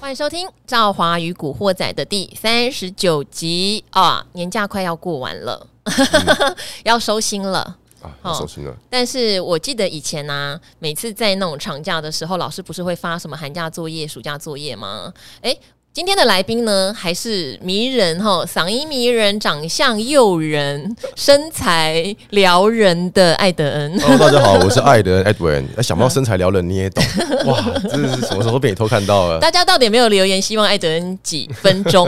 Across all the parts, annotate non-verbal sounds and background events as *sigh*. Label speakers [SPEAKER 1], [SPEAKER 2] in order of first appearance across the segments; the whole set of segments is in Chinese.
[SPEAKER 1] 欢迎收听《赵华与古惑仔》的第三十九集啊！年假快要过完了， *laughs* 要收心了。
[SPEAKER 2] 啊，要收心了。
[SPEAKER 1] 但是我记得以前啊，每次在那种长假的时候，老师不是会发什么寒假作业、暑假作业吗？诶，今天的来宾呢，还是迷人哈，嗓音迷人，长相诱人，身材撩人的艾德恩。
[SPEAKER 2] Hello，大家好，我是艾德 Edwin。哎想不到身材撩人你也懂， *laughs* 哇，这是什么时候被你偷看到了？
[SPEAKER 1] 大家到底有没有留言？希望艾德恩几分钟？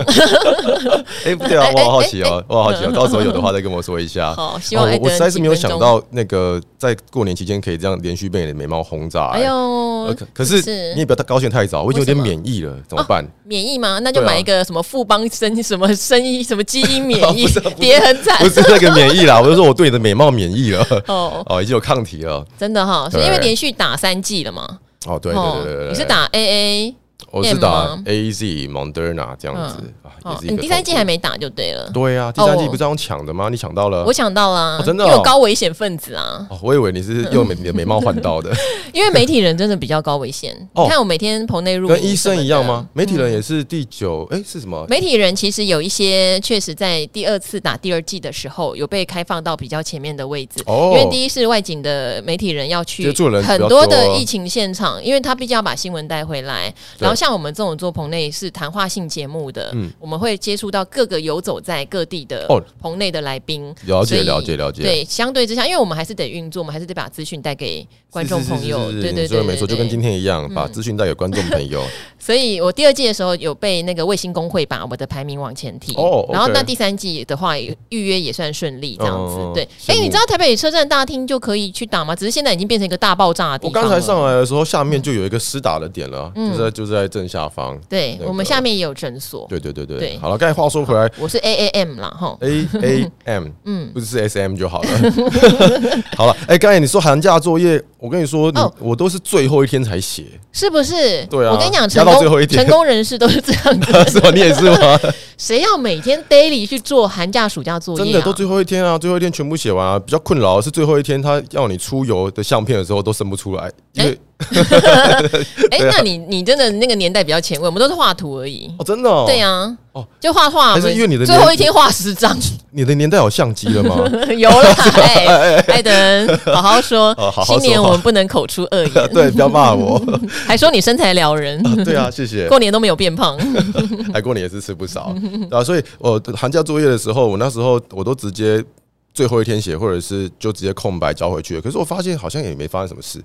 [SPEAKER 2] 哎，不对啊，我好好奇哦，我好好奇哦，到时候有的话再跟我说一下。
[SPEAKER 1] 哎 *laughs* 好希望
[SPEAKER 2] 哦
[SPEAKER 1] 艾德
[SPEAKER 2] 我我实在是没有
[SPEAKER 1] 几分钟
[SPEAKER 2] 想到那个在过年期间可以这样连续被你的眉毛轰炸。
[SPEAKER 1] 哎
[SPEAKER 2] *laughs* 哎
[SPEAKER 1] 呦 *laughs*
[SPEAKER 2] 呃，可可是
[SPEAKER 1] 是
[SPEAKER 2] 你也不要高兴太早，我已经有点
[SPEAKER 1] 为什
[SPEAKER 2] 免疫了，怎么
[SPEAKER 1] *laughs*
[SPEAKER 2] 办？
[SPEAKER 1] 免疫吗？那就
[SPEAKER 2] 对啊
[SPEAKER 1] 买一个什么富邦生什么生意什么基因免疫
[SPEAKER 2] *laughs* 不是不是，
[SPEAKER 1] 跌很惨
[SPEAKER 2] 不是那个免疫啦，我 *laughs* 就说我对你的美貌免疫了， *laughs*
[SPEAKER 1] 哦，
[SPEAKER 2] 哦，已经有抗体了。
[SPEAKER 1] 真的哈，是因为
[SPEAKER 2] 对
[SPEAKER 1] 连续打三剂了嘛？
[SPEAKER 2] 哦，对对
[SPEAKER 1] 哦
[SPEAKER 2] 对对对，
[SPEAKER 1] 你是打 AA
[SPEAKER 2] 我是
[SPEAKER 1] M
[SPEAKER 2] 打
[SPEAKER 1] 吗
[SPEAKER 2] A Z Moderna 这样子啊，也
[SPEAKER 1] 哦，
[SPEAKER 2] 是一
[SPEAKER 1] 你
[SPEAKER 2] 个
[SPEAKER 1] 第三
[SPEAKER 2] 痛
[SPEAKER 1] 剂
[SPEAKER 2] 苦
[SPEAKER 1] 还没打就对了。
[SPEAKER 2] 对啊，第三季
[SPEAKER 1] 哦
[SPEAKER 2] 不是要用抢的吗？你抢到了
[SPEAKER 1] 我。想到啦，
[SPEAKER 2] 哦真的哦
[SPEAKER 1] 因为我高危险分子啊，
[SPEAKER 2] 哦，我以为你是用你的眉毛换到的，
[SPEAKER 1] 因为媒体人真的比较高危险。
[SPEAKER 2] *laughs* 哦
[SPEAKER 1] 你看我每天棚 *laughs* 内入
[SPEAKER 2] 跟
[SPEAKER 1] 营
[SPEAKER 2] 医生
[SPEAKER 1] 什么
[SPEAKER 2] 一样
[SPEAKER 1] 的
[SPEAKER 2] 吗？？媒体人也是第九，
[SPEAKER 1] 嗯
[SPEAKER 2] 哎，是什么？
[SPEAKER 1] 媒体人其实有一些确实在第二次打第二季的时候有被开放到比较前面的位置，
[SPEAKER 2] 哦
[SPEAKER 1] 因为第一是外景的媒体人要去
[SPEAKER 2] 接触的人比较
[SPEAKER 1] 很
[SPEAKER 2] 多
[SPEAKER 1] 多的疫情现场，因为他毕竟要把新闻带回来。
[SPEAKER 2] 对
[SPEAKER 1] 然后像我们这种做棚内是谈话性节目的，
[SPEAKER 2] 嗯
[SPEAKER 1] 我们会接触到各个游走在各地的
[SPEAKER 2] 哦
[SPEAKER 1] 棚内的来宾，
[SPEAKER 2] 了解
[SPEAKER 1] 所以
[SPEAKER 2] 了解了解
[SPEAKER 1] 对，相对之下，因为我们还是得运作，我们还是得把资讯带给观众
[SPEAKER 2] 是是是
[SPEAKER 1] 朋友。
[SPEAKER 2] 是是
[SPEAKER 1] 对对
[SPEAKER 2] 你说
[SPEAKER 1] 对，
[SPEAKER 2] 的没错，
[SPEAKER 1] 对嗯
[SPEAKER 2] 就跟今。
[SPEAKER 1] 对
[SPEAKER 2] 天一样，把资讯带给观众朋
[SPEAKER 1] *laughs*
[SPEAKER 2] 友。
[SPEAKER 1] 所以我第二季的时候有被那个卫星工会把我的排名往前提，
[SPEAKER 2] 哦，OK
[SPEAKER 1] 然后那第三季的话也预约也算顺利，这样子。
[SPEAKER 2] 嗯嗯嗯
[SPEAKER 1] 对，
[SPEAKER 2] 羡
[SPEAKER 1] 哎、
[SPEAKER 2] 慕
[SPEAKER 1] 你知道台北车站大厅就可以去打吗？只是现在已经变成一个大爆炸的地
[SPEAKER 2] 我
[SPEAKER 1] 方了。
[SPEAKER 2] 刚才上来的时候，下面就有一个施打的点了，
[SPEAKER 1] 嗯
[SPEAKER 2] 就在就在正下方。
[SPEAKER 1] 对、
[SPEAKER 2] 那个
[SPEAKER 1] 我们下面也有诊所，
[SPEAKER 2] 对对对对，
[SPEAKER 1] 对
[SPEAKER 2] 好了，刚才话说回来
[SPEAKER 1] 我是 A A M 啦，哈，
[SPEAKER 2] ，A A M
[SPEAKER 1] 嗯，
[SPEAKER 2] 不是 S M 就
[SPEAKER 1] *laughs*
[SPEAKER 2] 好了。好了，哎，刚才你说寒假作业，我跟你说，你
[SPEAKER 1] 哦
[SPEAKER 2] 我都是最后一天才写， *laughs*
[SPEAKER 1] 是不是？
[SPEAKER 2] 对啊
[SPEAKER 1] 我跟你讲，成
[SPEAKER 2] 压到最后
[SPEAKER 1] 功
[SPEAKER 2] 一天
[SPEAKER 1] 成功人士都是这样
[SPEAKER 2] *laughs*
[SPEAKER 1] 的，
[SPEAKER 2] 是吧？你也是吗？
[SPEAKER 1] 谁要每天 daily 去做寒假、暑假作业、啊？
[SPEAKER 2] 真的都最后一天啊，最后一天全部写完啊。比较困扰的是最后一天，他要你出游的相片的时候都生不出来，因为、
[SPEAKER 1] 哎、
[SPEAKER 2] 啊
[SPEAKER 1] 那你你真的那个年代比较前卫，我们都是画图而已。
[SPEAKER 2] 哦，真的、哦，
[SPEAKER 1] 对、啊呀、
[SPEAKER 2] 哦
[SPEAKER 1] 就画画，
[SPEAKER 2] 还是因为你的
[SPEAKER 1] 最后
[SPEAKER 2] 年
[SPEAKER 1] 一天画十张，
[SPEAKER 2] 你的年代有相机了吗？
[SPEAKER 1] *laughs* 有啦，哎，艾登，好好说
[SPEAKER 2] *laughs* 哦好好，说
[SPEAKER 1] 新年我们不能口出恶
[SPEAKER 2] *laughs*
[SPEAKER 1] 言，
[SPEAKER 2] 对，不要骂我。
[SPEAKER 1] 还说你身材撩人，
[SPEAKER 2] 对啊，谢谢。
[SPEAKER 1] 过年都没有变
[SPEAKER 2] *laughs*
[SPEAKER 1] 胖，
[SPEAKER 2] 还过年也是吃不少啊，所以我寒假作业的时候，我那时候我都直接最后一天写，或者是就直接空白交回去了。可是我发现好像也没发生什么事，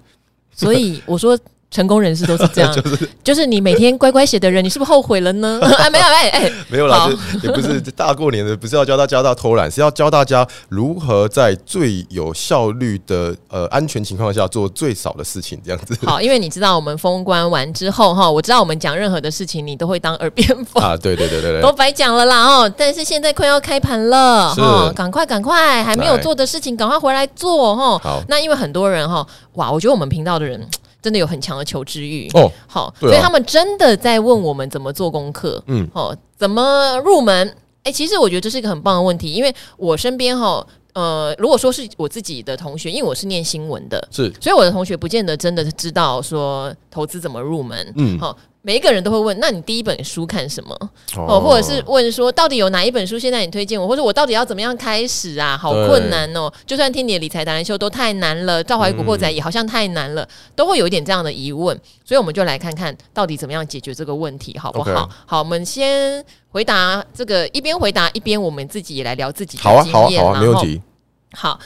[SPEAKER 1] 所以我说。成功人士都是这
[SPEAKER 2] *laughs*
[SPEAKER 1] 样，就是、你每天乖乖写的人，你是不是后悔了呢？啊，没有，哎哎，
[SPEAKER 2] 没有啦，
[SPEAKER 1] 好
[SPEAKER 2] 就也不是 *laughs* 大过年的，不是要教大家到偷懒，是要教大家如何在最有效率的呃安全情况下做最少的事情，这样子。
[SPEAKER 1] *laughs* 好，因为你知道我们封关完之后哈，我知道我们讲任何的事情，你都会当耳边风。
[SPEAKER 2] 啊，对对对对
[SPEAKER 1] 都
[SPEAKER 2] 对，
[SPEAKER 1] 白讲了啦哦，但是现在快要开盘了
[SPEAKER 2] 是
[SPEAKER 1] 哦，赶快赶快，还没有
[SPEAKER 2] 来
[SPEAKER 1] 做的事情赶快回来做哦。
[SPEAKER 2] 好
[SPEAKER 1] 那因为很多人哈，哇，我觉得我们频道的人真的有很强的求知欲
[SPEAKER 2] 哦，
[SPEAKER 1] 好、
[SPEAKER 2] 对啊
[SPEAKER 1] 所以他们真的在问我们怎么做功课，
[SPEAKER 2] 嗯
[SPEAKER 1] 嗯，哦，怎么入门？哎、其实我觉得这是一个很棒的问题，因为我身边哈，呃，如果说是我自己的同学，因为我是念新闻的，
[SPEAKER 2] 是
[SPEAKER 1] 所以我的同学不见得真的知道说投资怎么入门，
[SPEAKER 2] 嗯
[SPEAKER 1] 嗯，好、每一个人都会问，那你第一本书看什么？哦，或者是问说，到底有哪一本书现在你推荐我，或者我到底要怎么样开始啊？好困难哦！就算听你的理财达人秀都太难了，赵怀古惑
[SPEAKER 2] 嗯
[SPEAKER 1] 仔也好像太难了，都会有一点这样的疑问，所以我们就来看看到底怎么样解决这个问题，好不好
[SPEAKER 2] OK
[SPEAKER 1] 好，我们先回答这个，一边回答一边我们自己也来聊自己的
[SPEAKER 2] 好啊
[SPEAKER 1] 经
[SPEAKER 2] 好啊
[SPEAKER 1] 验
[SPEAKER 2] 好啊，
[SPEAKER 1] 啦
[SPEAKER 2] 没问
[SPEAKER 1] 吼
[SPEAKER 2] 题。
[SPEAKER 1] 好，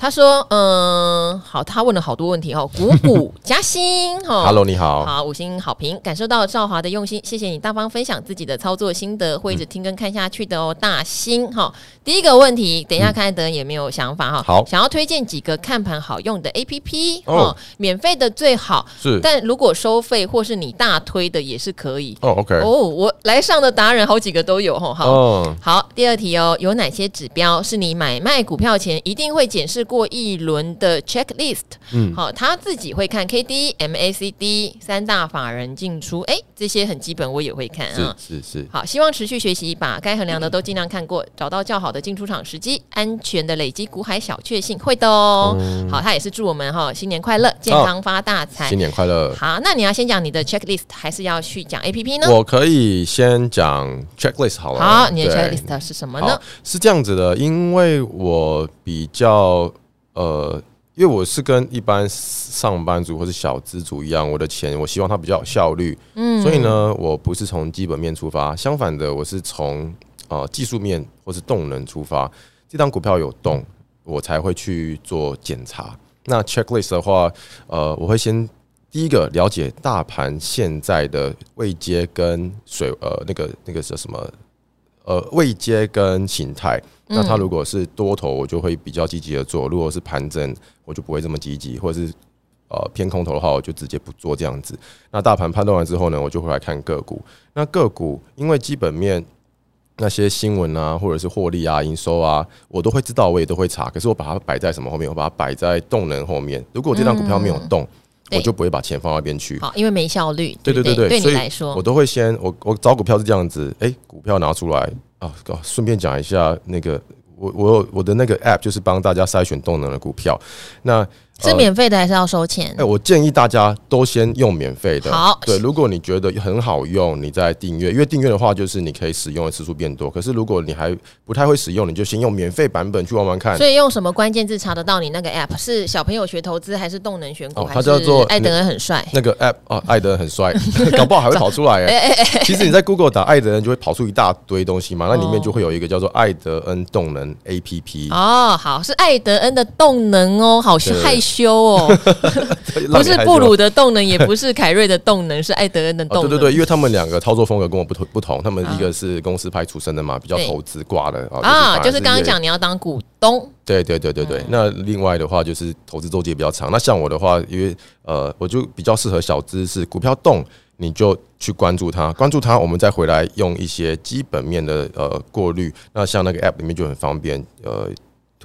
[SPEAKER 1] 他说，嗯、好，他问了好多问题哦，股股加薪哦
[SPEAKER 2] Hello，你好，
[SPEAKER 1] 好，五星好评，感受到赵华的用心，谢谢你大方分享自己的操作心得，会一直听跟看下去的哦，大星哈。第一个问题，等一下看艾德有没有想法哈、
[SPEAKER 2] 好
[SPEAKER 1] 想要推荐几个看盘好用的 A P P
[SPEAKER 2] 哦
[SPEAKER 1] 哦，免费的最好，
[SPEAKER 2] 是
[SPEAKER 1] 但如果收费或是你大推的也是可以
[SPEAKER 2] 哦，OK，
[SPEAKER 1] 哦。我来上的达人好几个都有哈，好。
[SPEAKER 2] 哦，
[SPEAKER 1] 好，第二题哦，有哪些指标是你买卖股票前一定会检视过一轮的 checklist，嗯，好，他自己会看 KD、MACD 三大法人进出，哎、这些很基本，我也会看啊。
[SPEAKER 2] 是是是，
[SPEAKER 1] 好，希望持续学习，把该衡量的都尽量看过，找到较好的进出场时机，安全的累积股海小确幸，会的哦。好，他也是祝我们哈新年快乐，健康发大财。
[SPEAKER 2] 新年快乐！
[SPEAKER 1] 好，那你要先讲你的 checklist，还是要去讲 A P P 呢？
[SPEAKER 2] 我可以先讲 checklist 好了。
[SPEAKER 1] 好，你的
[SPEAKER 2] 对
[SPEAKER 1] checklist 是什么呢
[SPEAKER 2] 好？是这样子的，因为我比较呃，因为我是跟一般上班族或是小资族一样，我的钱我希望它比较有效率，嗯，所以呢，我不是从基本面出发，相反的，我是从呃技术面或是动能出发，这档股票有动，我才会去做检查。那 checklist 的话，呃，我会先。第一个了解大盘现在的位阶跟水呃那个那个叫什么呃位阶跟形态。那它如果是多头，我就会比较积极的做；如果是盘整，我就不会这么积极，或者是呃偏空头的话，我就直接不做这样子。那大盘判断完之后呢，我就会来看个股。那个股因为基本面那些新闻啊，或者是获利啊、营收啊，我都会知道，我也都会查。可是我把它摆在什么后面？我把它摆在动能后面。如果这张股票没有动，
[SPEAKER 1] 对
[SPEAKER 2] 我就不会把钱放到那边去。
[SPEAKER 1] 好，因为没效率，
[SPEAKER 2] 对
[SPEAKER 1] 不
[SPEAKER 2] 对
[SPEAKER 1] 对
[SPEAKER 2] 对
[SPEAKER 1] 对
[SPEAKER 2] 所
[SPEAKER 1] 你
[SPEAKER 2] 以
[SPEAKER 1] 来说
[SPEAKER 2] 我，都会先我我找股票是这样子，哎、股票拿出来啊，哦顺便讲一下那个我我有我的那个 app 就是帮大家筛选动能的股票，那
[SPEAKER 1] 是免费的还是要收钱
[SPEAKER 2] 呃哎、？我建议大家都先用免费的。
[SPEAKER 1] 嗯好
[SPEAKER 2] 对，如果你觉得很好用，你再订阅，因为订阅的话就是你可以使用的次数变多。可是如果你还不太会使用，你就先用免费版本去玩玩看。
[SPEAKER 1] 所以用什么关键字查得到你那个 app？是小朋友学投资，还是动能选股，
[SPEAKER 2] 哦
[SPEAKER 1] 还
[SPEAKER 2] 它
[SPEAKER 1] 是
[SPEAKER 2] 叫做
[SPEAKER 1] 艾德恩很帅？
[SPEAKER 2] 那个 app 啊，艾德恩很帅， *laughs* 搞不好还会跑出来
[SPEAKER 1] *laughs*
[SPEAKER 2] 哎、其实你在 Google 打艾德恩，就会跑出一大堆东西嘛。
[SPEAKER 1] 哦
[SPEAKER 2] 那里面就会有一个叫做艾德恩动能 APP，、
[SPEAKER 1] 哦，好，是艾德恩的动能哦，好
[SPEAKER 2] 对对对
[SPEAKER 1] 害羞哦，
[SPEAKER 2] *laughs* 让
[SPEAKER 1] 不
[SPEAKER 2] 你
[SPEAKER 1] 是
[SPEAKER 2] 害羞
[SPEAKER 1] 布鲁的动能，也不是凯瑞的动能，是艾德恩的动
[SPEAKER 2] 哦，对
[SPEAKER 1] 能。
[SPEAKER 2] 对对，因为他们两个操作风格跟我不同不同，他们一个是公司派出身的嘛，比较
[SPEAKER 1] 对
[SPEAKER 2] 投资挂的啊
[SPEAKER 1] 啊，就是
[SPEAKER 2] 反而
[SPEAKER 1] 刚刚
[SPEAKER 2] 越
[SPEAKER 1] 讲你要当股东，
[SPEAKER 2] 对对对对对，那另外的话就是投资周期也比较长。那像我的话，因为呃，我就比较适合小知识，股票动你就去关注它，关注它，我们再回来用一些基本面的呃过滤。那像那个 app 里面就很方便，呃，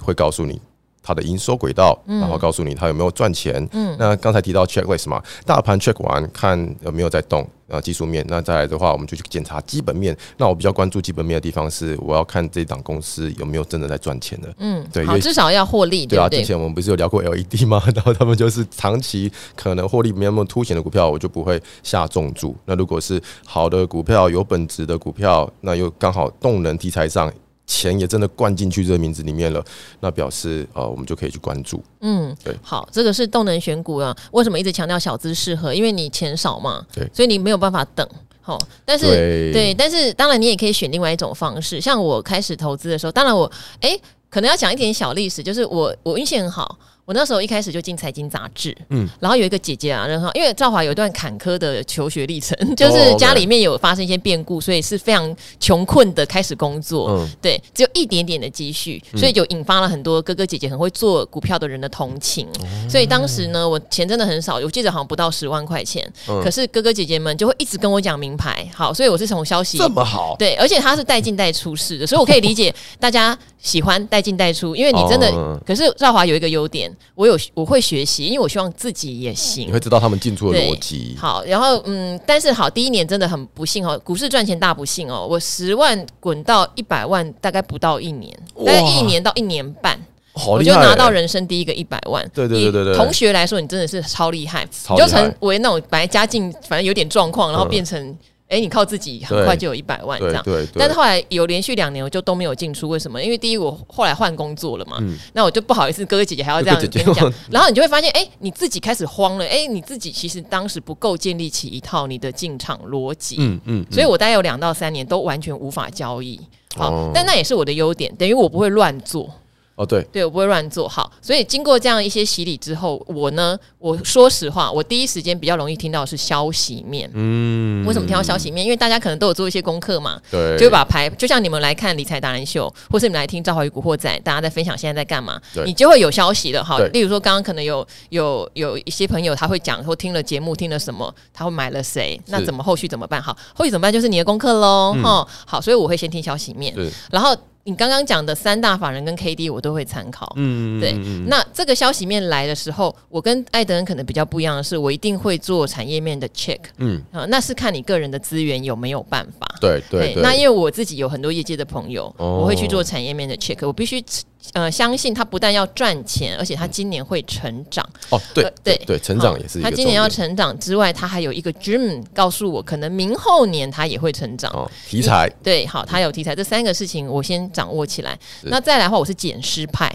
[SPEAKER 2] 会告诉你。它的营收轨道，然后告诉你它有没有赚钱。嗯，那刚才提到 checklist 嘛，大盘 check 完看有没有在动，呃，技术面。那再来的话，我们就去检查基本面。那我比较关注基本面的地方是，我要看这档公司有没有真的在赚钱的。嗯，对，因
[SPEAKER 1] 好，
[SPEAKER 2] 为
[SPEAKER 1] 至少要获利，
[SPEAKER 2] 对
[SPEAKER 1] 不
[SPEAKER 2] 啊，之
[SPEAKER 1] 对？
[SPEAKER 2] 前我们不是有聊过 LED 吗？ *laughs* 然后他们就是长期可能获利没那么凸显的股票，我就不会下重注。那如果是好的股票、有本质的股票，那又刚好动能题材上，钱也真的灌进去这个名字里面了，那表示呃，我们就可以去关注。
[SPEAKER 1] 嗯
[SPEAKER 2] 对，
[SPEAKER 1] 好，这个是动能选股啊。为什么一直强调小资适合？因为你钱少嘛，
[SPEAKER 2] 对
[SPEAKER 1] 所以你没有办法等。好，但是
[SPEAKER 2] 对
[SPEAKER 1] 对，但是当然你也可以选另外一种方式。像我开始投资的时候，当然我哎、可能要讲一点小历史，就是我我运气很好。我那时候一开始就进财经杂志，嗯，然后有一个姐姐啊，然后因为赵华有一段坎坷的求学历程， *laughs* 就是
[SPEAKER 2] 哦，OK
[SPEAKER 1] 家里面有发生一些变故，所以是非常穷困的开始工作，
[SPEAKER 2] 嗯
[SPEAKER 1] 对，只有一点点的积蓄，所以就引发了很多哥哥姐姐很会做股票的人的同情。
[SPEAKER 2] 哦
[SPEAKER 1] 所以当时呢，我钱真的很少，我记得好像不到十万块钱，
[SPEAKER 2] 嗯
[SPEAKER 1] 可是哥哥姐姐们就会一直跟我讲名牌，好，所以我是从消息。
[SPEAKER 2] 么好，
[SPEAKER 1] 对，而且它是带进带出式的，所以我可以理解大家喜欢带进带出，因为你真的。
[SPEAKER 2] 哦
[SPEAKER 1] 可是赵华有一个优点，我有我会学习，因为我希望自己也行
[SPEAKER 2] 你。会知道他们进出的
[SPEAKER 1] 对
[SPEAKER 2] 逻辑。
[SPEAKER 1] 好，然后嗯，但是好，第一年真的很不幸哦，股市赚钱大不幸哦，我十万滚到一百万，大概不到一年，大概
[SPEAKER 2] 哇
[SPEAKER 1] 一年到一年半，
[SPEAKER 2] 好
[SPEAKER 1] 我
[SPEAKER 2] 厉
[SPEAKER 1] 就
[SPEAKER 2] 害欸、
[SPEAKER 1] 拿到人生第一个一百万。
[SPEAKER 2] 对对对对对
[SPEAKER 1] 以同学来说，你真的是超厉害，
[SPEAKER 2] 超
[SPEAKER 1] 你
[SPEAKER 2] 厉
[SPEAKER 1] 就
[SPEAKER 2] 害
[SPEAKER 1] 成为那种本来家境反正有点状况，然后
[SPEAKER 2] 嗯
[SPEAKER 1] 变成哎、你靠自己很
[SPEAKER 2] 对
[SPEAKER 1] 快就有一百万这
[SPEAKER 2] 对
[SPEAKER 1] 样。
[SPEAKER 2] 对对
[SPEAKER 1] 但是后来有连续两年我就都没有进出，为什么？因为第一我后来换工作了嘛，
[SPEAKER 2] 嗯
[SPEAKER 1] 那我就不好意思哥哥姐姐还要这样
[SPEAKER 2] 哥
[SPEAKER 1] 跟
[SPEAKER 2] 哥姐姐
[SPEAKER 1] 你讲，然后你就会发现，哎、你自己开始慌了，哎、你自己其实当时不够建立起一套你的进场逻辑，
[SPEAKER 2] 嗯嗯，
[SPEAKER 1] 所以我大概有两到三年都完全无法交易。好，
[SPEAKER 2] 哦
[SPEAKER 1] 但那也是我的优点，等于我不会乱做。
[SPEAKER 2] 哦对，
[SPEAKER 1] 对，我不会乱做好。所以经过这样一些洗礼之后，我呢，我说实话，我第一时间比较容易听到的是消息面。
[SPEAKER 2] 嗯，
[SPEAKER 1] 为什么听到消息面？因为大家可能都有做一些功课嘛，
[SPEAKER 2] 对，
[SPEAKER 1] 就会把牌，就像你们来看理财达人秀，或是你们来听《赵华与古惑仔》，大家在分享现在在干嘛，
[SPEAKER 2] 对
[SPEAKER 1] 你就会有消息了哈
[SPEAKER 2] 对。
[SPEAKER 1] 例如说，刚刚可能有有有一些朋友他会讲说，听了节目听了什么，他会买了谁，那
[SPEAKER 2] 嗯
[SPEAKER 1] 怎么后续怎么办？好，后续怎么办就是你的功课喽哈。齁好，所以我会先听消息面，
[SPEAKER 2] 是
[SPEAKER 1] 然后。你刚刚讲的三大法人跟 KD 我都会参考。
[SPEAKER 2] 嗯，
[SPEAKER 1] 对
[SPEAKER 2] 嗯，
[SPEAKER 1] 那这个消息面来的时候，我跟艾德恩可能比较不一样的是，我一定会做产业面的 check
[SPEAKER 2] 嗯，
[SPEAKER 1] 啊，那是看你个人的资源有没有办法。
[SPEAKER 2] 对对对，
[SPEAKER 1] 那因为我自己有很多业界的朋友，
[SPEAKER 2] 哦
[SPEAKER 1] 我会去做产业面的 check，我必须呃相信他不但要赚钱，而且他今年会成长。
[SPEAKER 2] 哦，对
[SPEAKER 1] 呃
[SPEAKER 2] 对
[SPEAKER 1] 对
[SPEAKER 2] 对，成长也是一个
[SPEAKER 1] 他
[SPEAKER 2] 重点。
[SPEAKER 1] 今年要成长之外，他还有一个 dream 告诉我，可能明后年他也会成长。
[SPEAKER 2] 哦，题材
[SPEAKER 1] 对，好，他有题材，这三个事情我先掌握起来。
[SPEAKER 2] 是哦
[SPEAKER 1] 那再来的话，我是捡尸派，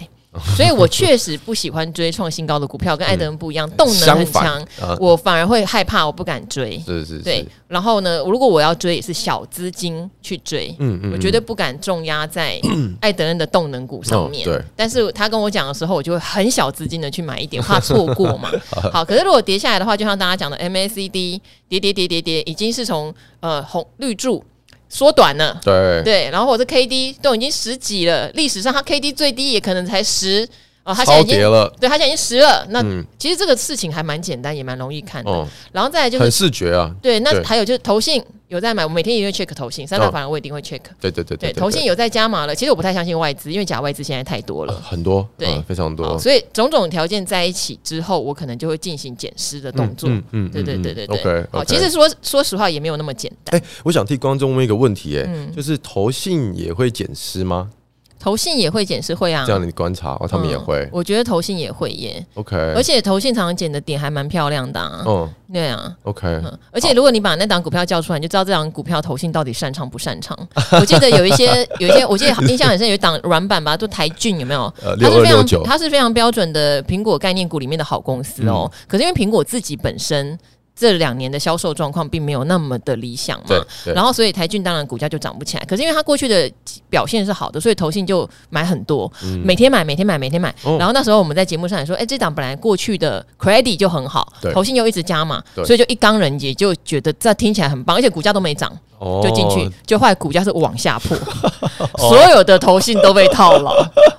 [SPEAKER 1] 所以我确实不喜欢追创新高的股票，跟艾德恩不一
[SPEAKER 2] *laughs*
[SPEAKER 1] 样，动能
[SPEAKER 2] 相
[SPEAKER 1] 很
[SPEAKER 2] 反
[SPEAKER 1] 强，
[SPEAKER 2] 啊，
[SPEAKER 1] 我反而会害怕，我不敢追。
[SPEAKER 2] 是是
[SPEAKER 1] 对
[SPEAKER 2] 是，，
[SPEAKER 1] 然后呢，如果我要追，也是小资金去追。
[SPEAKER 2] 嗯嗯，
[SPEAKER 1] 我绝对
[SPEAKER 2] 嗯
[SPEAKER 1] 不敢重压
[SPEAKER 2] *clears throat*
[SPEAKER 1] 在艾德恩的动能股上面。
[SPEAKER 2] 哦对
[SPEAKER 1] 但是他跟我讲的时候，我就会很小资金的去买一点，怕错过
[SPEAKER 2] *laughs*
[SPEAKER 1] 嘛。好，可是如果跌下来的话，就像大家讲的，MACD 跌跌跌跌跌，已经是从呃红绿柱缩短了。
[SPEAKER 2] 对
[SPEAKER 1] 对，然后我的 KD 都已经十几了，历史上它 KD 最低也可能才十哦，它现在
[SPEAKER 2] 超
[SPEAKER 1] 已
[SPEAKER 2] 跌
[SPEAKER 1] 经
[SPEAKER 2] 了，
[SPEAKER 1] 对，它现在已经十了。那、
[SPEAKER 2] 嗯
[SPEAKER 1] 其实这个事情还蛮简单，也蛮容易看的。
[SPEAKER 2] 哦，
[SPEAKER 1] 然后再来就
[SPEAKER 2] 很
[SPEAKER 1] 是
[SPEAKER 2] 视觉啊，
[SPEAKER 1] 对，那
[SPEAKER 2] 对
[SPEAKER 1] 还有就是投信有在买，我每天一定会 check 投信，三大
[SPEAKER 2] 哦
[SPEAKER 1] 法人我一定会 check。
[SPEAKER 2] 对对对
[SPEAKER 1] 对，
[SPEAKER 2] 对，
[SPEAKER 1] 投信有在加码了。其实我不太相信外资，因为假外资现在太多
[SPEAKER 2] 呃
[SPEAKER 1] 了。
[SPEAKER 2] 很多，
[SPEAKER 1] 对
[SPEAKER 2] 啊非常
[SPEAKER 1] 好
[SPEAKER 2] 多，
[SPEAKER 1] 所以种种条件在一起之后，我可能就会进行减失的动作。
[SPEAKER 2] 嗯嗯
[SPEAKER 1] 对对对对对。
[SPEAKER 2] ，OK，
[SPEAKER 1] 好，其实说说实话也没有那么简单。
[SPEAKER 2] 哎，我想替观众问一个问题，
[SPEAKER 1] 嗯
[SPEAKER 2] 哎，就是投信也会减失吗？
[SPEAKER 1] 投信也会减失会啊，
[SPEAKER 2] 这样你观察，哦，他们也
[SPEAKER 1] 嗯
[SPEAKER 2] 会
[SPEAKER 1] 我觉得投信也会耶，
[SPEAKER 2] ，OK，
[SPEAKER 1] 而且投信常常减的点还蛮漂亮的啊。
[SPEAKER 2] 嗯
[SPEAKER 1] 对啊。
[SPEAKER 2] ，OK，
[SPEAKER 1] 嗯，而且如果你把那档股票叫出来，你就知道这档股票投信到底擅长不擅长。 *laughs* 我记得有一些，有一些，我记
[SPEAKER 2] *laughs*
[SPEAKER 1] 得印象很深，有一档软板吧，就台骏有没有？
[SPEAKER 2] 呃，
[SPEAKER 1] 它
[SPEAKER 2] 六
[SPEAKER 1] 是
[SPEAKER 2] 二
[SPEAKER 1] 非
[SPEAKER 2] 六
[SPEAKER 1] 常
[SPEAKER 2] 九，
[SPEAKER 1] 它是非常标准的苹果概念股里面的好公司哦。
[SPEAKER 2] 嗯
[SPEAKER 1] 可是因为苹果自己本身这两年的销售状况并没有那么的理想嘛
[SPEAKER 2] 对，对，
[SPEAKER 1] 然后所以台骏当然股价就涨不起来。可是因为它过去的表现是好的，所以投信就买很多，
[SPEAKER 2] 嗯
[SPEAKER 1] 每天买，每天买，每天买。
[SPEAKER 2] 哦
[SPEAKER 1] 然后那时候我们在节目上也说，哎、这档本来过去的 credit 就很好
[SPEAKER 2] 对，
[SPEAKER 1] 投信又一直加嘛，
[SPEAKER 2] 对
[SPEAKER 1] 所以就一缸人也就觉得这听起来很棒，而且股价都没涨。
[SPEAKER 2] 哦
[SPEAKER 1] 就进去，就后来股价是往下
[SPEAKER 2] *laughs*
[SPEAKER 1] 破，哦所有的投信都被套牢。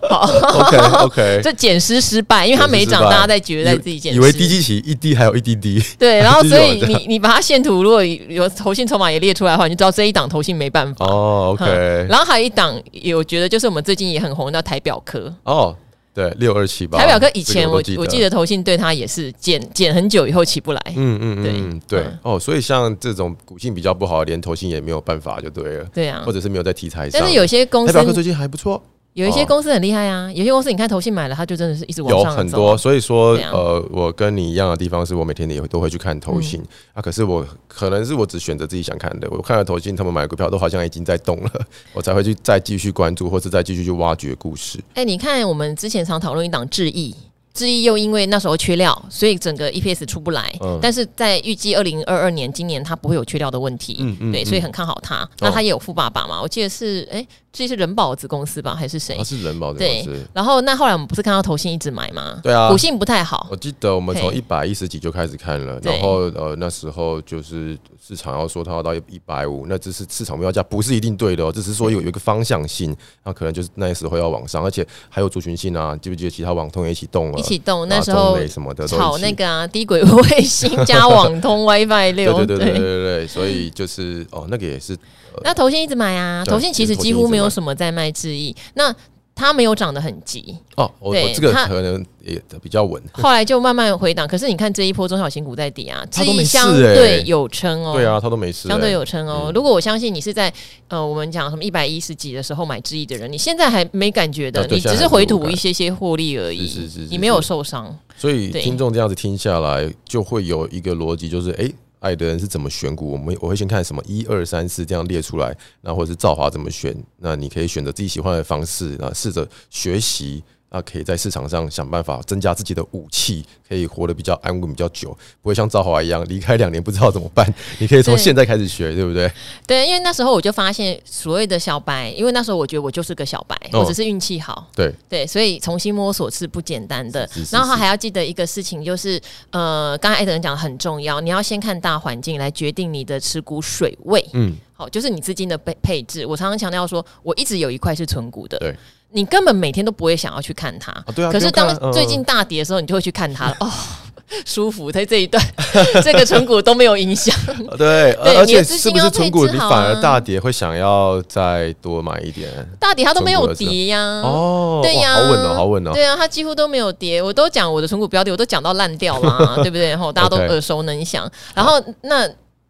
[SPEAKER 1] 好，
[SPEAKER 2] ，OK
[SPEAKER 1] *laughs*
[SPEAKER 2] OK，
[SPEAKER 1] 这减失失败，因为它没涨，
[SPEAKER 2] 哎减失失败
[SPEAKER 1] 大家在觉得在自己减
[SPEAKER 2] 以为
[SPEAKER 1] 失。
[SPEAKER 2] 低基期一滴还有一滴滴，
[SPEAKER 1] 对，然后
[SPEAKER 2] 低基
[SPEAKER 1] 所
[SPEAKER 2] 有
[SPEAKER 1] 以
[SPEAKER 2] 这样
[SPEAKER 1] 你你把它线图如果有投信筹码也列出来的话，你就知道这一档投信没办法。
[SPEAKER 2] 哦，OK，
[SPEAKER 1] 然后还有一档，有觉得就是我们最近也很红的台表科，
[SPEAKER 2] 哦，对，六二七八，
[SPEAKER 1] 台表科以前
[SPEAKER 2] 啊这个
[SPEAKER 1] 我
[SPEAKER 2] 都
[SPEAKER 1] 我记，得投信对它也是减减很久以后起不来。
[SPEAKER 2] 嗯嗯嗯，嗯对
[SPEAKER 1] 嗯，
[SPEAKER 2] 哦，所以像这种股性比较不好，连投信也没有办法，就对了，
[SPEAKER 1] 对啊
[SPEAKER 2] 或，者是没有在题材上，
[SPEAKER 1] 但是有些公
[SPEAKER 2] 台
[SPEAKER 1] 司
[SPEAKER 2] 表科最近还不错，
[SPEAKER 1] 有一些
[SPEAKER 2] 哦
[SPEAKER 1] 公司很厉害啊，有些公司你看投信买了，它就真的是一直往
[SPEAKER 2] 有
[SPEAKER 1] 上走啊
[SPEAKER 2] 很多，所以说
[SPEAKER 1] 对啊
[SPEAKER 2] 呃，我跟你一样的地方是我每天也会都会去看投
[SPEAKER 1] 嗯
[SPEAKER 2] 信、啊，可是我可能是我只选择自己想看的，我看了投信他们买的股票都好像已经在动了， *laughs* 我才会去再继续关注，或是再继续去挖掘故事。
[SPEAKER 1] 哎、你看我们之前常讨论一档智易，智易又因为那时候缺料，所以整个 EPS 出不来。
[SPEAKER 2] 嗯
[SPEAKER 1] 但是在预计二零二二年，今年它不会有缺料的问题，
[SPEAKER 2] 嗯嗯
[SPEAKER 1] 对，
[SPEAKER 2] 嗯
[SPEAKER 1] 所以很看好它。那它也有富爸爸嘛？我记得是，哎、智易是人保子公司吧，还是谁？
[SPEAKER 2] 它、哦啊是人保的
[SPEAKER 1] 对
[SPEAKER 2] 公司，
[SPEAKER 1] 然后那后来我们不是看到投信一直买吗？
[SPEAKER 2] 对啊
[SPEAKER 1] 股性不太好
[SPEAKER 2] 我。记得我们从
[SPEAKER 1] 嘿
[SPEAKER 2] 一百一十几就开始看了，
[SPEAKER 1] 对
[SPEAKER 2] 然后呃那时候就是市场要说它要到一百五，那只是市场目标价不是一定对的哦，只是说有有一个方向性，那可能就是那时候要往上，而且还有族群性啊，记不记得其他网通也一起动了，
[SPEAKER 1] 一起动，
[SPEAKER 2] 然
[SPEAKER 1] 那
[SPEAKER 2] 后
[SPEAKER 1] 时候
[SPEAKER 2] 中磊什么的都一起
[SPEAKER 1] 炒那个啊低轨卫
[SPEAKER 2] *laughs*
[SPEAKER 1] 星加网通 WiFi 六，
[SPEAKER 2] 对对对对对对，所以就是哦，那个也是
[SPEAKER 1] 那投信一直买啊，
[SPEAKER 2] 对
[SPEAKER 1] 投信其实
[SPEAKER 2] 投信
[SPEAKER 1] 几
[SPEAKER 2] 一
[SPEAKER 1] 乎
[SPEAKER 2] 直
[SPEAKER 1] 没有
[SPEAKER 2] 买
[SPEAKER 1] 什么在卖智易，那它没有涨得很急，
[SPEAKER 2] 哦，我
[SPEAKER 1] 对
[SPEAKER 2] 我这个
[SPEAKER 1] 它
[SPEAKER 2] 可能也比较稳，
[SPEAKER 1] 后来就慢慢回档。可是你看这一波中小型股在跌啊，
[SPEAKER 2] 它
[SPEAKER 1] 这
[SPEAKER 2] 都
[SPEAKER 1] 一
[SPEAKER 2] 没事
[SPEAKER 1] 相
[SPEAKER 2] 欸
[SPEAKER 1] 对有撑哦。
[SPEAKER 2] 对。啊，它欸嗯都没事、
[SPEAKER 1] 相对有撑哦。如果我相信你是在呃，我们讲什么一百一十几的时候买之一的人，你现在还没感觉的，
[SPEAKER 2] 啊对
[SPEAKER 1] 你只
[SPEAKER 2] 现在
[SPEAKER 1] 是
[SPEAKER 2] 还是
[SPEAKER 1] 回
[SPEAKER 2] 无
[SPEAKER 1] 吐
[SPEAKER 2] 感
[SPEAKER 1] 一些些获利而已，
[SPEAKER 2] 是是是是
[SPEAKER 1] 你没有受伤。
[SPEAKER 2] 所以
[SPEAKER 1] 对
[SPEAKER 2] 听众这样子听下来，就会有一个逻辑，就是诶，爱的人是怎么选股？我们我会先看什么一二三四这样列出来，那或者是造华怎么选？那你可以选择自己喜欢的方式，那试着学习，那可以在市场上想办法增加自己的武器，可以活得比较安稳比较久，不会像造华一样离开两年不知道怎么办。 *laughs* 你可以从
[SPEAKER 1] 对
[SPEAKER 2] 现在开始学，对不 *laughs* 对？
[SPEAKER 1] 对，因为那时候我就发现所谓的小白，因为那时候我觉得我就是个小白，
[SPEAKER 2] 哦
[SPEAKER 1] 我只是运气好。
[SPEAKER 2] 对，
[SPEAKER 1] 对，所以重新摸索是不简单的。
[SPEAKER 2] 是是是
[SPEAKER 1] 然后还要记得一个事情，就是呃，刚才艾德人讲的很重要，你要先看大环境来决定你的持股水位。
[SPEAKER 2] 嗯，
[SPEAKER 1] 好，就是你资金的配配置。我常常强调说，我一直有一块是存股的，
[SPEAKER 2] 对，
[SPEAKER 1] 你根本每天都不会想要去看它。
[SPEAKER 2] 啊对啊
[SPEAKER 1] 可是
[SPEAKER 2] 不用
[SPEAKER 1] 当
[SPEAKER 2] 看啊嗯 *laughs*
[SPEAKER 1] 最近大跌的时候，你就会去看它了。哦， *laughs* 舒服，在这一段 *laughs* 这个存股都没有影响。
[SPEAKER 2] 对，
[SPEAKER 1] 对
[SPEAKER 2] 而而
[SPEAKER 1] 你的
[SPEAKER 2] 且
[SPEAKER 1] 资
[SPEAKER 2] 是
[SPEAKER 1] 金
[SPEAKER 2] 不
[SPEAKER 1] 要
[SPEAKER 2] 是
[SPEAKER 1] 配
[SPEAKER 2] 存股
[SPEAKER 1] 置
[SPEAKER 2] 你
[SPEAKER 1] 好
[SPEAKER 2] 反而
[SPEAKER 1] 啊
[SPEAKER 2] 大跌会想要再多买一点？
[SPEAKER 1] 大底它都没有跌呀、
[SPEAKER 2] 哦，
[SPEAKER 1] 对
[SPEAKER 2] 哇
[SPEAKER 1] 呀、
[SPEAKER 2] 好稳哦，好稳哦。
[SPEAKER 1] 对啊，它几乎都没有跌，我都讲我的存股标的，我都讲到烂掉
[SPEAKER 2] *laughs*
[SPEAKER 1] 啦，对不对？吼，大家都
[SPEAKER 2] OK
[SPEAKER 1] 耳熟能详。然后那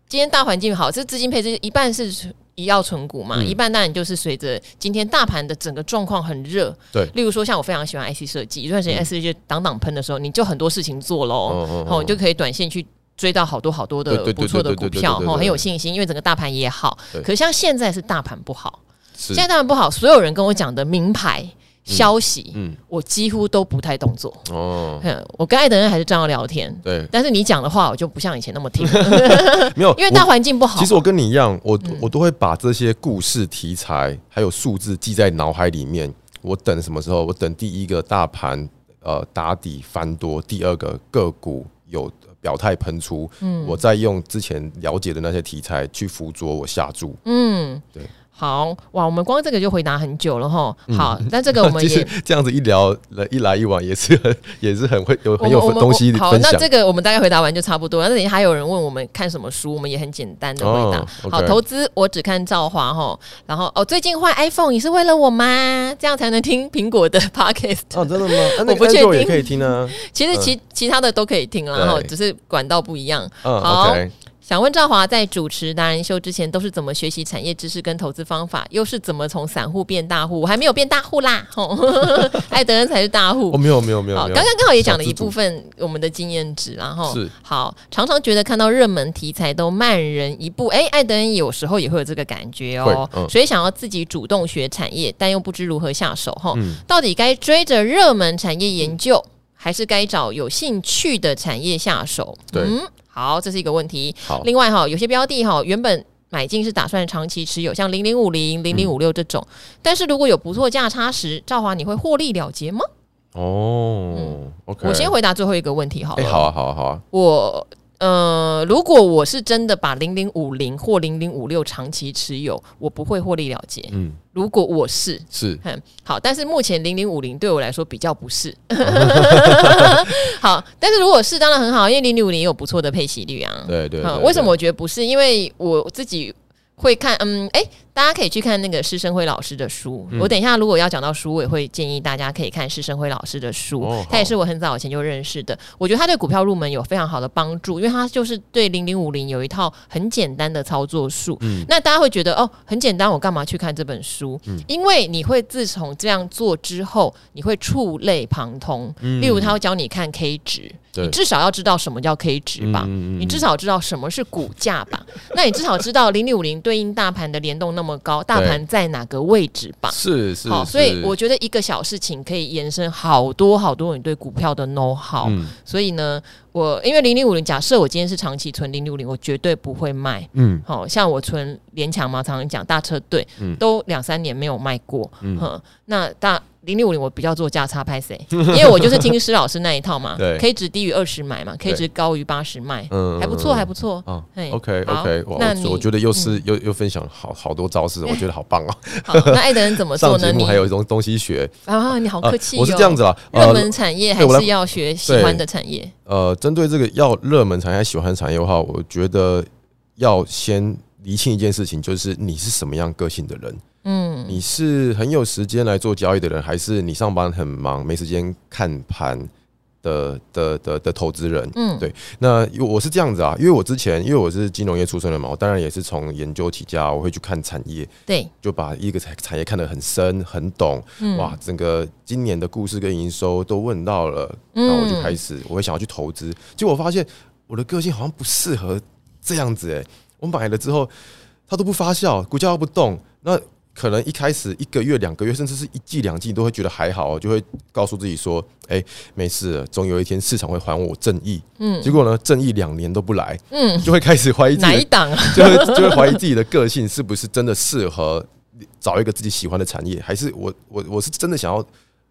[SPEAKER 1] 今天大环境好，这资金配置一半是一要存股嘛，
[SPEAKER 2] 嗯
[SPEAKER 1] 一半当然就是随着今天大盘的整个状况很热。
[SPEAKER 2] 对嗯
[SPEAKER 1] 例如说像我非常喜欢 IC 设计，一段时间 IC 设计挡挡喷的时候，你就很多事情做喽，
[SPEAKER 2] 哦哦哦
[SPEAKER 1] 吼，你就可以短线去。追到好多好多的
[SPEAKER 2] 对对对
[SPEAKER 1] 不错的
[SPEAKER 2] 对
[SPEAKER 1] 股
[SPEAKER 2] 对对
[SPEAKER 1] 票，
[SPEAKER 2] 对对
[SPEAKER 1] 吼，
[SPEAKER 2] 对
[SPEAKER 1] 很有信心，因为整个大盘也好。
[SPEAKER 2] 对
[SPEAKER 1] 可是像现在是大盘不好，
[SPEAKER 2] 是
[SPEAKER 1] 现在当然不好，所有人跟我讲的名牌消息，
[SPEAKER 2] 嗯
[SPEAKER 1] 我几乎都不太动作。
[SPEAKER 2] 哦，
[SPEAKER 1] 哼我跟艾德恩还是照样聊天，
[SPEAKER 2] 对，
[SPEAKER 1] 但是你讲的话我就不像以前那么
[SPEAKER 2] *laughs*
[SPEAKER 1] 听，
[SPEAKER 2] 没有，
[SPEAKER 1] 因为
[SPEAKER 2] 我
[SPEAKER 1] 大环境不好。嗯
[SPEAKER 2] 其实我跟你一样，我我都会把这些故事题材还有数字记在脑海里面。我等什么时候？我等第一个大盘呃打底翻多，第二个个股有表态喷出，
[SPEAKER 1] 嗯
[SPEAKER 2] 我再用之前了解的那些题材去辅佐我下注。
[SPEAKER 1] 嗯，
[SPEAKER 2] 对
[SPEAKER 1] 好哇，我们光这个就回答很久了哈。好，那这个我们
[SPEAKER 2] 嗯 *laughs* 其实
[SPEAKER 1] 也。
[SPEAKER 2] 这样子一聊，来一来一往也是 *laughs* 很也是很会有
[SPEAKER 1] 我
[SPEAKER 2] 很
[SPEAKER 1] 们
[SPEAKER 2] 有
[SPEAKER 1] 我们
[SPEAKER 2] 东西
[SPEAKER 1] 我好，
[SPEAKER 2] 分
[SPEAKER 1] 那
[SPEAKER 2] 享。
[SPEAKER 1] 这个我们大概回答完就差不多了。那等一下还有人问我们看什么书，我们也很简单的回答。
[SPEAKER 2] 哦，OK
[SPEAKER 1] 好，投资我只看造化哈。然后哦，最近换 iPhone 也是为了我吗？这样才能听苹果的 *laughs* Podcast。
[SPEAKER 2] 哦，真的吗？啊、那
[SPEAKER 1] 我不
[SPEAKER 2] 个
[SPEAKER 1] 确
[SPEAKER 2] Android 也
[SPEAKER 1] 定
[SPEAKER 2] 可以听啊。
[SPEAKER 1] 其实其、其他的都可以听啦，然后
[SPEAKER 2] 对
[SPEAKER 1] 只是管道不一样。
[SPEAKER 2] 嗯
[SPEAKER 1] 好
[SPEAKER 2] ，OK，
[SPEAKER 1] 想问赵华在主持达人秀之前都是怎么学习产业知识跟投资方法，又是怎么从散户变大户？我还没有变大户啦，吼， *laughs* 艾德恩才是大户
[SPEAKER 2] 哦，。没有没有没有
[SPEAKER 1] 好，
[SPEAKER 2] 没有，
[SPEAKER 1] 刚刚刚好也讲了
[SPEAKER 2] 小资
[SPEAKER 1] 一部分我们的经验值啦，吼。
[SPEAKER 2] 是
[SPEAKER 1] 好，常常觉得看到热门题材都慢人一步，哎，艾德恩有时候也会有这个感觉哦，
[SPEAKER 2] 会嗯
[SPEAKER 1] 所以想要自己主动学产业，但又不知如何下手，吼。
[SPEAKER 2] 嗯
[SPEAKER 1] 到底该追着热门产业研究，还是该找有兴趣的产业下手？
[SPEAKER 2] 对
[SPEAKER 1] 嗯，好，这是一个问题。
[SPEAKER 2] 好，
[SPEAKER 1] 另外哈，有些标的哈，原本买进是打算长期持有，像零零五
[SPEAKER 2] 嗯
[SPEAKER 1] 零、零零五六这种，但是如果有不错价差时，赵华你会获利了结吗？
[SPEAKER 2] 哦，OK，
[SPEAKER 1] 嗯我先回答最后一个问题好
[SPEAKER 2] 哎、
[SPEAKER 1] 了。
[SPEAKER 2] 好啊，好啊，好啊，
[SPEAKER 1] 我。呃，如果我是真的把零零五零或零零五六长期持有，我不会获利了结。
[SPEAKER 2] 嗯，
[SPEAKER 1] 如果我是，
[SPEAKER 2] 是
[SPEAKER 1] 嗯，好，但是目前零零五零对我来说比较不是，好，但是如果是当然很好，因为零零五零有不错的配息率啊。
[SPEAKER 2] 对对对
[SPEAKER 1] 嗯，为什么？我觉得不是？因为我自己会看，嗯，哎、大家可以去看那个施生辉老师的书。
[SPEAKER 2] 嗯
[SPEAKER 1] 我等一下如果要讲到书，我也会建议大家可以看施生辉老师的书，
[SPEAKER 2] 哦好
[SPEAKER 1] 他也是我很早以前就认识的。我觉得他对股票入门有非常好的帮助，因为他就是对零零五零有一套很简单的操作术。
[SPEAKER 2] 嗯
[SPEAKER 1] 那大家会觉得哦，很简单，我干嘛去看这本书？因为你会自从这样做之后，你会触类旁通。例如，他会教你看 K 值，
[SPEAKER 2] 嗯对
[SPEAKER 1] 你至少要知道什么叫 K 值吧？
[SPEAKER 2] 嗯嗯嗯
[SPEAKER 1] 你至少知道什么是股价吧？ *laughs* 那你至少知道零六零对应大盘的联动那么高，大盘在哪个位置吧？
[SPEAKER 2] 是是，
[SPEAKER 1] 好，
[SPEAKER 2] 是
[SPEAKER 1] 所以我觉得一个小事情可以延伸好多好多你对股票的 know how、
[SPEAKER 2] 嗯
[SPEAKER 1] 所以呢，我因为零零五零，假设我今天是长期存零六零，我绝对不会卖。
[SPEAKER 2] 嗯
[SPEAKER 1] 好、像我存联强嘛，常常讲大车队，
[SPEAKER 2] 嗯
[SPEAKER 1] 都两三年没有卖过。
[SPEAKER 2] 嗯
[SPEAKER 1] 哼，那大零六五零我比较做价差拍谁？因为我就是听施老师那一套嘛
[SPEAKER 2] 对
[SPEAKER 1] ，K 值低于二十买嘛，K
[SPEAKER 2] 对
[SPEAKER 1] 值高于八十卖，
[SPEAKER 2] 嗯
[SPEAKER 1] 还不错，还不错。
[SPEAKER 2] 啊
[SPEAKER 1] 嘿
[SPEAKER 2] ，OK
[SPEAKER 1] 好
[SPEAKER 2] OK，哇，
[SPEAKER 1] 那
[SPEAKER 2] 我
[SPEAKER 1] 你嗯
[SPEAKER 2] 我觉得又是又又分享好好多招式，我觉得好
[SPEAKER 1] *laughs*
[SPEAKER 2] 棒哦。
[SPEAKER 1] 好，那艾德人怎么做
[SPEAKER 2] *laughs* 上
[SPEAKER 1] 呢？
[SPEAKER 2] 节
[SPEAKER 1] 你
[SPEAKER 2] 目还有一种东西学，
[SPEAKER 1] 啊，你好
[SPEAKER 2] 啊
[SPEAKER 1] 客气、哦
[SPEAKER 2] 我是这样子啦，
[SPEAKER 1] 热
[SPEAKER 2] 呃
[SPEAKER 1] 门产业还
[SPEAKER 2] 对我来
[SPEAKER 1] 是要学喜欢的产业。
[SPEAKER 2] 呃，针对这个要热门产业、喜欢的产业的话，我觉得要先厘清一件事情，就是你是什么样个性的人。
[SPEAKER 1] 嗯，
[SPEAKER 2] 你是很有时间来做交易的人，还是你上班很忙没时间看盘的的的的投资人？
[SPEAKER 1] 嗯
[SPEAKER 2] 对。那因为我是这样子啊，因为我之前因为我是金融业出身的嘛，我当然也是从研究起家，我会去看产业，
[SPEAKER 1] 对，
[SPEAKER 2] 就把一个产产业看得很深很懂。
[SPEAKER 1] 嗯，
[SPEAKER 2] 哇，整个今年的故事跟营收都问到了，
[SPEAKER 1] 嗯
[SPEAKER 2] 然后我就开始我会想要去投资，结果我发现我的个性好像不适合这样子哎、我买了之后它都不发酵，股价又不动，那可能一开始一个月、两个月，甚至是一季、两季，你都会觉得还好，哦就会告诉自己说，哎、没事了，总有一天市场会还我正义。
[SPEAKER 1] 嗯
[SPEAKER 2] 结果呢，正义两年都不来，
[SPEAKER 1] 嗯，
[SPEAKER 2] 就会开始怀疑自
[SPEAKER 1] 哪
[SPEAKER 2] 己
[SPEAKER 1] 一
[SPEAKER 2] 的
[SPEAKER 1] 档啊？
[SPEAKER 2] *laughs* 就会就会怀疑自己的个性是不是真的适合找一个自己喜欢的产业，还是我我我是真的想要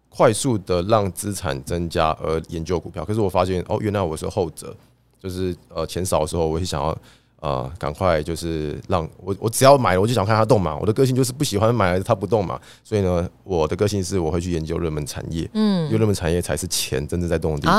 [SPEAKER 2] 快速的让资产增加而研究股票？可是我发现哦，原来我是后者，就是呃钱少的时候，我是想要呃，赶快就是让我我只要买了我就想看它动嘛，我的个性就是不喜欢买了它不动嘛，所以呢，我的个性是我会去研究热门产业，
[SPEAKER 1] 嗯
[SPEAKER 2] 因为热门产业才是钱真正在动的地方。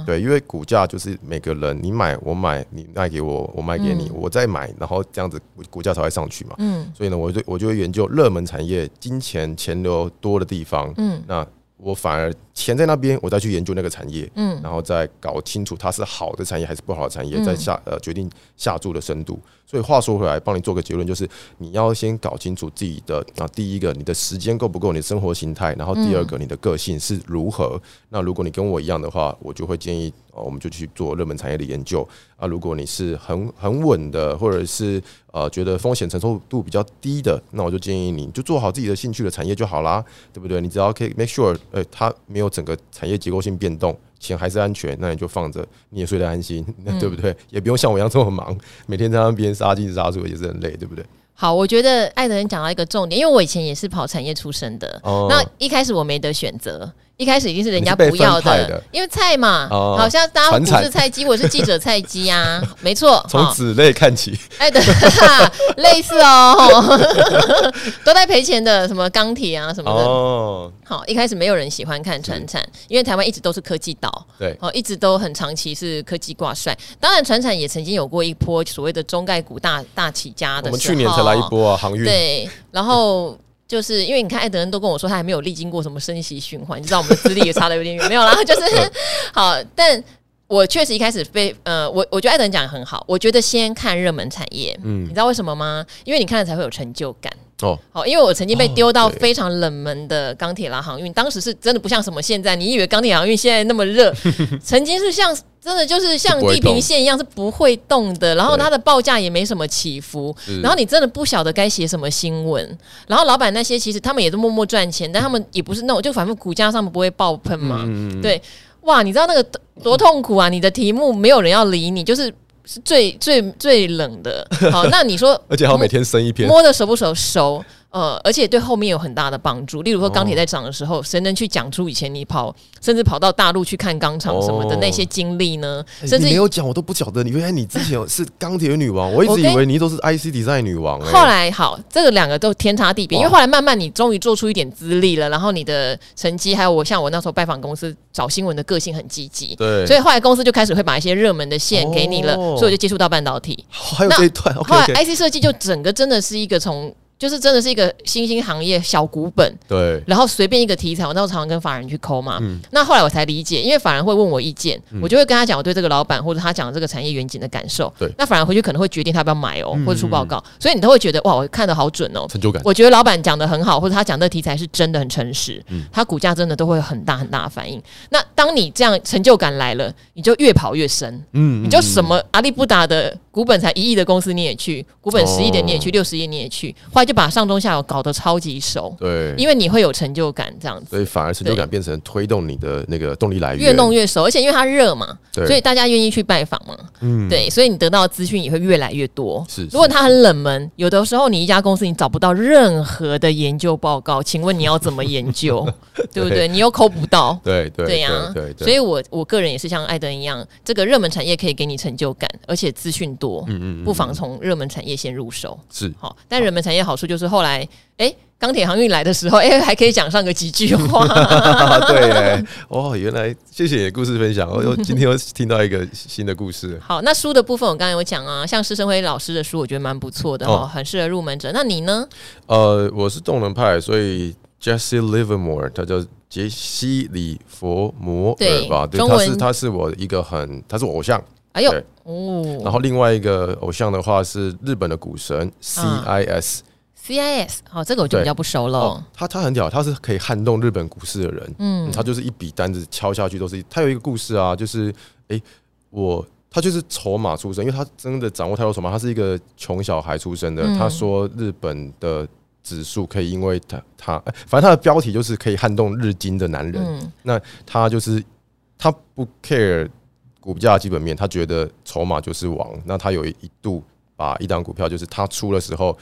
[SPEAKER 1] 啊，
[SPEAKER 2] 对，因为股价就是每个人你买我买，你卖给我，我卖给你，我再买，然后这样子股股价才会上去嘛。
[SPEAKER 1] 嗯
[SPEAKER 2] 所以呢，我就我就会研究热门产业、金钱钱流多的地方。
[SPEAKER 1] 嗯
[SPEAKER 2] 那我反而钱在那边，我再去研究那个产业，
[SPEAKER 1] 嗯
[SPEAKER 2] 然后再搞清楚它是好的产业还是不好的产业，
[SPEAKER 1] 嗯
[SPEAKER 2] 再下呃决定下注的深度。所以话说回来，帮你做个结论，就是你要先搞清楚自己的啊，第一个你的时间够不够，你的生活形态，然后第二个
[SPEAKER 1] 嗯
[SPEAKER 2] 你的个性是如何。那如果你跟我一样的话，我就会建议哦，我们就去做热门产业的研究啊。如果你是很很稳的，或者是呃觉得风险承受度比较低的，那我就建议你就做好自己的兴趣的产业就好啦。对不对？你只要可以 make sure，呃，它没有整个产业结构性变动，钱还是安全，那你就放着，你也睡得安心， *laughs*
[SPEAKER 1] 嗯
[SPEAKER 2] 那对不对？也不用像我一样这么忙， *laughs* 每天在那边杀进杀出也是很累，对不对？
[SPEAKER 1] 好，我觉得艾德人讲到一个重点，因为我以前也是跑产业出身的，
[SPEAKER 2] 哦
[SPEAKER 1] 那一开始我没得选择，一开始一定是人家
[SPEAKER 2] 你是
[SPEAKER 1] 不
[SPEAKER 2] 被
[SPEAKER 1] 要
[SPEAKER 2] 分派
[SPEAKER 1] 的，
[SPEAKER 2] 的
[SPEAKER 1] 因为菜嘛，
[SPEAKER 2] 哦
[SPEAKER 1] 好像大家
[SPEAKER 2] 传
[SPEAKER 1] 不
[SPEAKER 2] 产
[SPEAKER 1] 是菜鸡，我是记者菜鸡啊，没错，
[SPEAKER 2] *laughs* 从
[SPEAKER 1] 好
[SPEAKER 2] 子类看起，
[SPEAKER 1] 哎，对， *laughs* 哈类似哦， *laughs* 都在赔钱的，什么钢铁啊什么的。
[SPEAKER 2] 哦，
[SPEAKER 1] 好，一开始没有人喜欢看船产，因为台湾一直都是科技岛，
[SPEAKER 2] 对，
[SPEAKER 1] 哦，一直都很长期是科技挂帅。当然，船产也曾经有过一波所谓的中概股大大起家的
[SPEAKER 2] 我
[SPEAKER 1] 时候，
[SPEAKER 2] 们去年才来一波啊，航运，
[SPEAKER 1] 对，然后就是因为你看艾德恩都跟我说他还没有历经过什么升息循环，你知道我们的资历也差的有点远，没有啦，
[SPEAKER 2] *laughs*
[SPEAKER 1] 就是
[SPEAKER 2] 嗯
[SPEAKER 1] 好，但。我确实一开始被呃，我我觉得艾德恩讲的很好，我觉得先看热门产业，嗯，你知道为什么吗？因为你看了才会有成就感。
[SPEAKER 2] 哦，
[SPEAKER 1] 好，因为我曾经被丢到
[SPEAKER 2] 哦对
[SPEAKER 1] 非常冷门的钢铁啦航运，当时是真的不像什么现在，你以为钢铁航运现在那么
[SPEAKER 2] *laughs*
[SPEAKER 1] 热，曾经是像真的就是像
[SPEAKER 2] 是不会
[SPEAKER 1] 地平
[SPEAKER 2] 动
[SPEAKER 1] 线一样是不会动的，然后
[SPEAKER 2] 对
[SPEAKER 1] 它的报价也没什么起伏，
[SPEAKER 2] 是
[SPEAKER 1] 然后你真的不晓得该写什么新闻，然后老板那些其实他们也是默默赚钱，但他们也不是那种就反正股价上面不会爆喷嘛，
[SPEAKER 2] 嗯
[SPEAKER 1] 对，哇，你知道那个多多痛苦啊！你的题目没有人要理你，就是是最最最冷的。
[SPEAKER 2] *laughs*
[SPEAKER 1] 好，那你说
[SPEAKER 2] 而且还有每天升一篇，
[SPEAKER 1] 摸的熟不熟熟？呃，而且对后面有很大的帮助。例如说钢铁在涨的时候，谁能去讲出以前你跑，甚至跑到大陆去看钢厂什么的
[SPEAKER 2] 哦
[SPEAKER 1] 那些经历呢？
[SPEAKER 2] 哎
[SPEAKER 1] 甚
[SPEAKER 2] 你
[SPEAKER 1] 至
[SPEAKER 2] 没有讲，我都不晓得。你原来你之前有是钢铁女王，我一
[SPEAKER 1] 我
[SPEAKER 2] 直
[SPEAKER 1] 跟
[SPEAKER 2] 以为你都是 IC design 女王。哎
[SPEAKER 1] 后来好，这个两个都天差地别，因为
[SPEAKER 2] 哇
[SPEAKER 1] 后来慢慢你终于做出一点资历了，然后你的成绩，还有我像我那时候拜访公司找新闻的个性很积极，
[SPEAKER 2] 对，
[SPEAKER 1] 所以后来公司就开始会把一些热门的线给你了，
[SPEAKER 2] 哦
[SPEAKER 1] 所以我就接触到半导体。
[SPEAKER 2] 还有
[SPEAKER 1] 那
[SPEAKER 2] 这一段，OK
[SPEAKER 1] 后来哎
[SPEAKER 2] OK，
[SPEAKER 1] IC 设计就整个真的是一个从。就是真的是一个新兴行业小股本，
[SPEAKER 2] 对，
[SPEAKER 1] 然后随便一个题材，我那时候常常跟法人去抠嘛。
[SPEAKER 2] 嗯
[SPEAKER 1] 那后来我才理解，因为法人会问我意见，我就会跟他讲我对这个老板或者他讲的这个产业远景的感受。
[SPEAKER 2] 对嗯
[SPEAKER 1] 那法人回去可能会决定他要不要买哦，或者出报告，所以你都会觉得哇，我看的好准哦。
[SPEAKER 2] 成就感。
[SPEAKER 1] 我觉得老板讲的很好，或者他讲的题材是真的很诚实，
[SPEAKER 2] 嗯
[SPEAKER 1] 他股价真的都会有很大很大的反应。那当你这样成就感来了，你就越跑越深，
[SPEAKER 2] 嗯
[SPEAKER 1] 你就什么阿里不达的股本才一亿的公司你也去，股本十亿的你
[SPEAKER 2] 哦
[SPEAKER 1] 也去，六十亿你也去，后来就把上中下游搞得超级熟，
[SPEAKER 2] 对，
[SPEAKER 1] 因为你会有成就感，这样子
[SPEAKER 2] 所以反而成就感变成推动你的那个动力来源，
[SPEAKER 1] 越弄越熟，而且因为它热嘛，
[SPEAKER 2] 对
[SPEAKER 1] 所以大家愿意去拜访嘛，
[SPEAKER 2] 嗯
[SPEAKER 1] 对，所以你得到的资讯也会越来越多。
[SPEAKER 2] 是
[SPEAKER 1] 如果它很冷门，有的时候你一家公司你找不到任何的研究报告，请问你要怎么研究，
[SPEAKER 2] *laughs*
[SPEAKER 1] 对不对？
[SPEAKER 2] 对
[SPEAKER 1] 你又抠不到。
[SPEAKER 2] 对对
[SPEAKER 1] 对呀、
[SPEAKER 2] 对对，
[SPEAKER 1] 所以我我个人也是像艾登一样，这个热门产业可以给你成就感，而且资讯多，
[SPEAKER 2] 嗯嗯嗯
[SPEAKER 1] 不妨从热门产业先入手。
[SPEAKER 2] 是 *laughs*
[SPEAKER 1] 好，但热门产业好处就是后来，哎、钢铁航运来的时候，哎、还可以讲上个几句话。
[SPEAKER 2] 对耶哦，原来谢谢你的故事分享，我又今天又听到一个新的故事，
[SPEAKER 1] 好，那书的部分我刚才有讲啊，像施生辉老师的书，我觉得蛮不错的哦，
[SPEAKER 2] 哦
[SPEAKER 1] 很适合入门者。那你呢？
[SPEAKER 2] 呃，我是动能派，所以 Jesse Livermore，他叫杰西·里佛摩尔吧，
[SPEAKER 1] 对
[SPEAKER 2] 对，
[SPEAKER 1] 中
[SPEAKER 2] 他
[SPEAKER 1] 文
[SPEAKER 2] 是他是我一个很，他是我偶像，
[SPEAKER 1] 哎呦
[SPEAKER 2] 对，然
[SPEAKER 1] 哦
[SPEAKER 2] 后另外一个偶像的话是日本的股神 CIS，
[SPEAKER 1] ，CIS，好、这个我就
[SPEAKER 2] 对
[SPEAKER 1] 比较不熟了。
[SPEAKER 2] 哦，他他很屌，他是可以撼动日本股市的人。
[SPEAKER 1] 嗯
[SPEAKER 2] 嗯，他就是一笔单子敲下去都是，他有一个故事啊，就是诶，我他就是筹码出身，因为他真的掌握太多筹码，他是一个穷小孩出身的。
[SPEAKER 1] 嗯
[SPEAKER 2] 他说日本的指数可以因为他他，呃反正他的标题就是可以撼动日经的男人，
[SPEAKER 1] 嗯
[SPEAKER 2] 他就是他不 care 股价的基本面，他觉得筹码就是王。那他有一度把一档股票，就是他出的时候，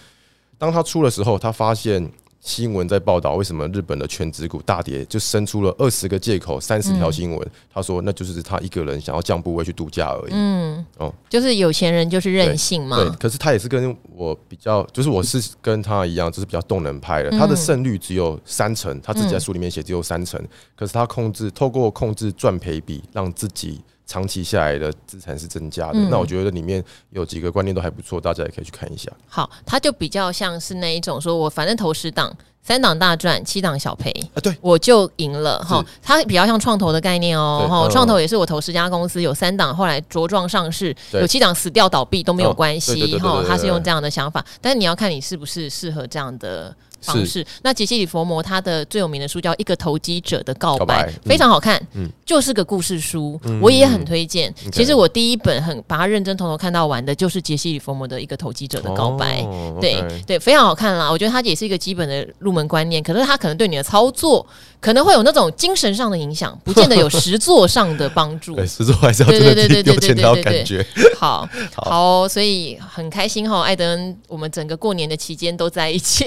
[SPEAKER 2] 当他出的时候，他发现新闻在报道为什么日本的全指股大跌，就生出了二十个借口，三十条新闻。他说，那就是他一个人想要降部位去度假而已。
[SPEAKER 1] 嗯，
[SPEAKER 2] 哦，
[SPEAKER 1] 就是有钱人就是任性嘛。
[SPEAKER 2] 对，可是他也是跟我比较，就是我是跟他一样，就是比较动能派
[SPEAKER 1] 嗯
[SPEAKER 2] 的。他的胜率只有三成，他自己在书里面写只有三成，
[SPEAKER 1] 嗯
[SPEAKER 2] 可是他控制透过控制赚赔比，让自己长期下来的资产是增加的。
[SPEAKER 1] 嗯
[SPEAKER 2] 那我觉得里面有几个观念都还不错，大家也可以去看一下。
[SPEAKER 1] 好，他就比较像是那一种，说我反正投十档，三档大赚，七档小赔。
[SPEAKER 2] 啊，对，
[SPEAKER 1] 我就赢了哈，它比较像创投的概念哦
[SPEAKER 2] 对
[SPEAKER 1] 哈，
[SPEAKER 2] 嗯
[SPEAKER 1] 创投也是我投十家公司，有三档后来茁壮上市，
[SPEAKER 2] 对
[SPEAKER 1] 有七档死掉倒闭都没有关
[SPEAKER 2] 哦对
[SPEAKER 1] 系
[SPEAKER 2] 对对对
[SPEAKER 1] 哈
[SPEAKER 2] 对，对
[SPEAKER 1] 他是用这样的想法，但是你要看你是不是适合这样的。方
[SPEAKER 2] 是
[SPEAKER 1] 式。那杰西·里佛摩他的最有名的书叫《一个投机者的告白》，
[SPEAKER 2] 告白嗯
[SPEAKER 1] 非常好看，
[SPEAKER 2] 嗯
[SPEAKER 1] 就是个故事书，我也很推荐。
[SPEAKER 2] OK
[SPEAKER 1] 其实我第一本很把它认真从头看到完的，就是杰西·里佛摩的《一个投机者的告白》
[SPEAKER 2] 哦
[SPEAKER 1] 对
[SPEAKER 2] OK
[SPEAKER 1] 对，非常好看啦！我觉得它也是一个基本的入门观念，可是它可能对你的操作可能会有那种精神上的影响，不见得有实作上的帮助
[SPEAKER 2] 对，。狮子座哎还是要真的
[SPEAKER 1] 对
[SPEAKER 2] 自
[SPEAKER 1] 对对对
[SPEAKER 2] 己丢
[SPEAKER 1] 对
[SPEAKER 2] 钱到
[SPEAKER 1] 对对对
[SPEAKER 2] 感觉。
[SPEAKER 1] *laughs* 好
[SPEAKER 2] *laughs* 好
[SPEAKER 1] 好哦、所以很开心哈、艾德恩，我们整个过年的期间都在一起。 *laughs*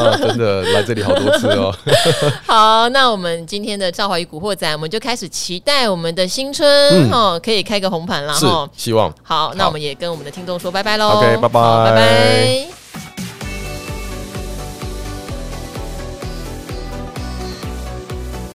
[SPEAKER 2] 啊，真的来这里好多次哦。
[SPEAKER 1] 好，那我们今天的《赵华与古惑仔》，我们就开始期待我们的新春哦，可以开个红盘了
[SPEAKER 2] 嗯是
[SPEAKER 1] 哈。
[SPEAKER 2] 希望
[SPEAKER 1] 好，那
[SPEAKER 2] 好
[SPEAKER 1] 我们也跟我们的听众说拜拜喽。
[SPEAKER 2] OK，拜拜
[SPEAKER 1] 好拜拜。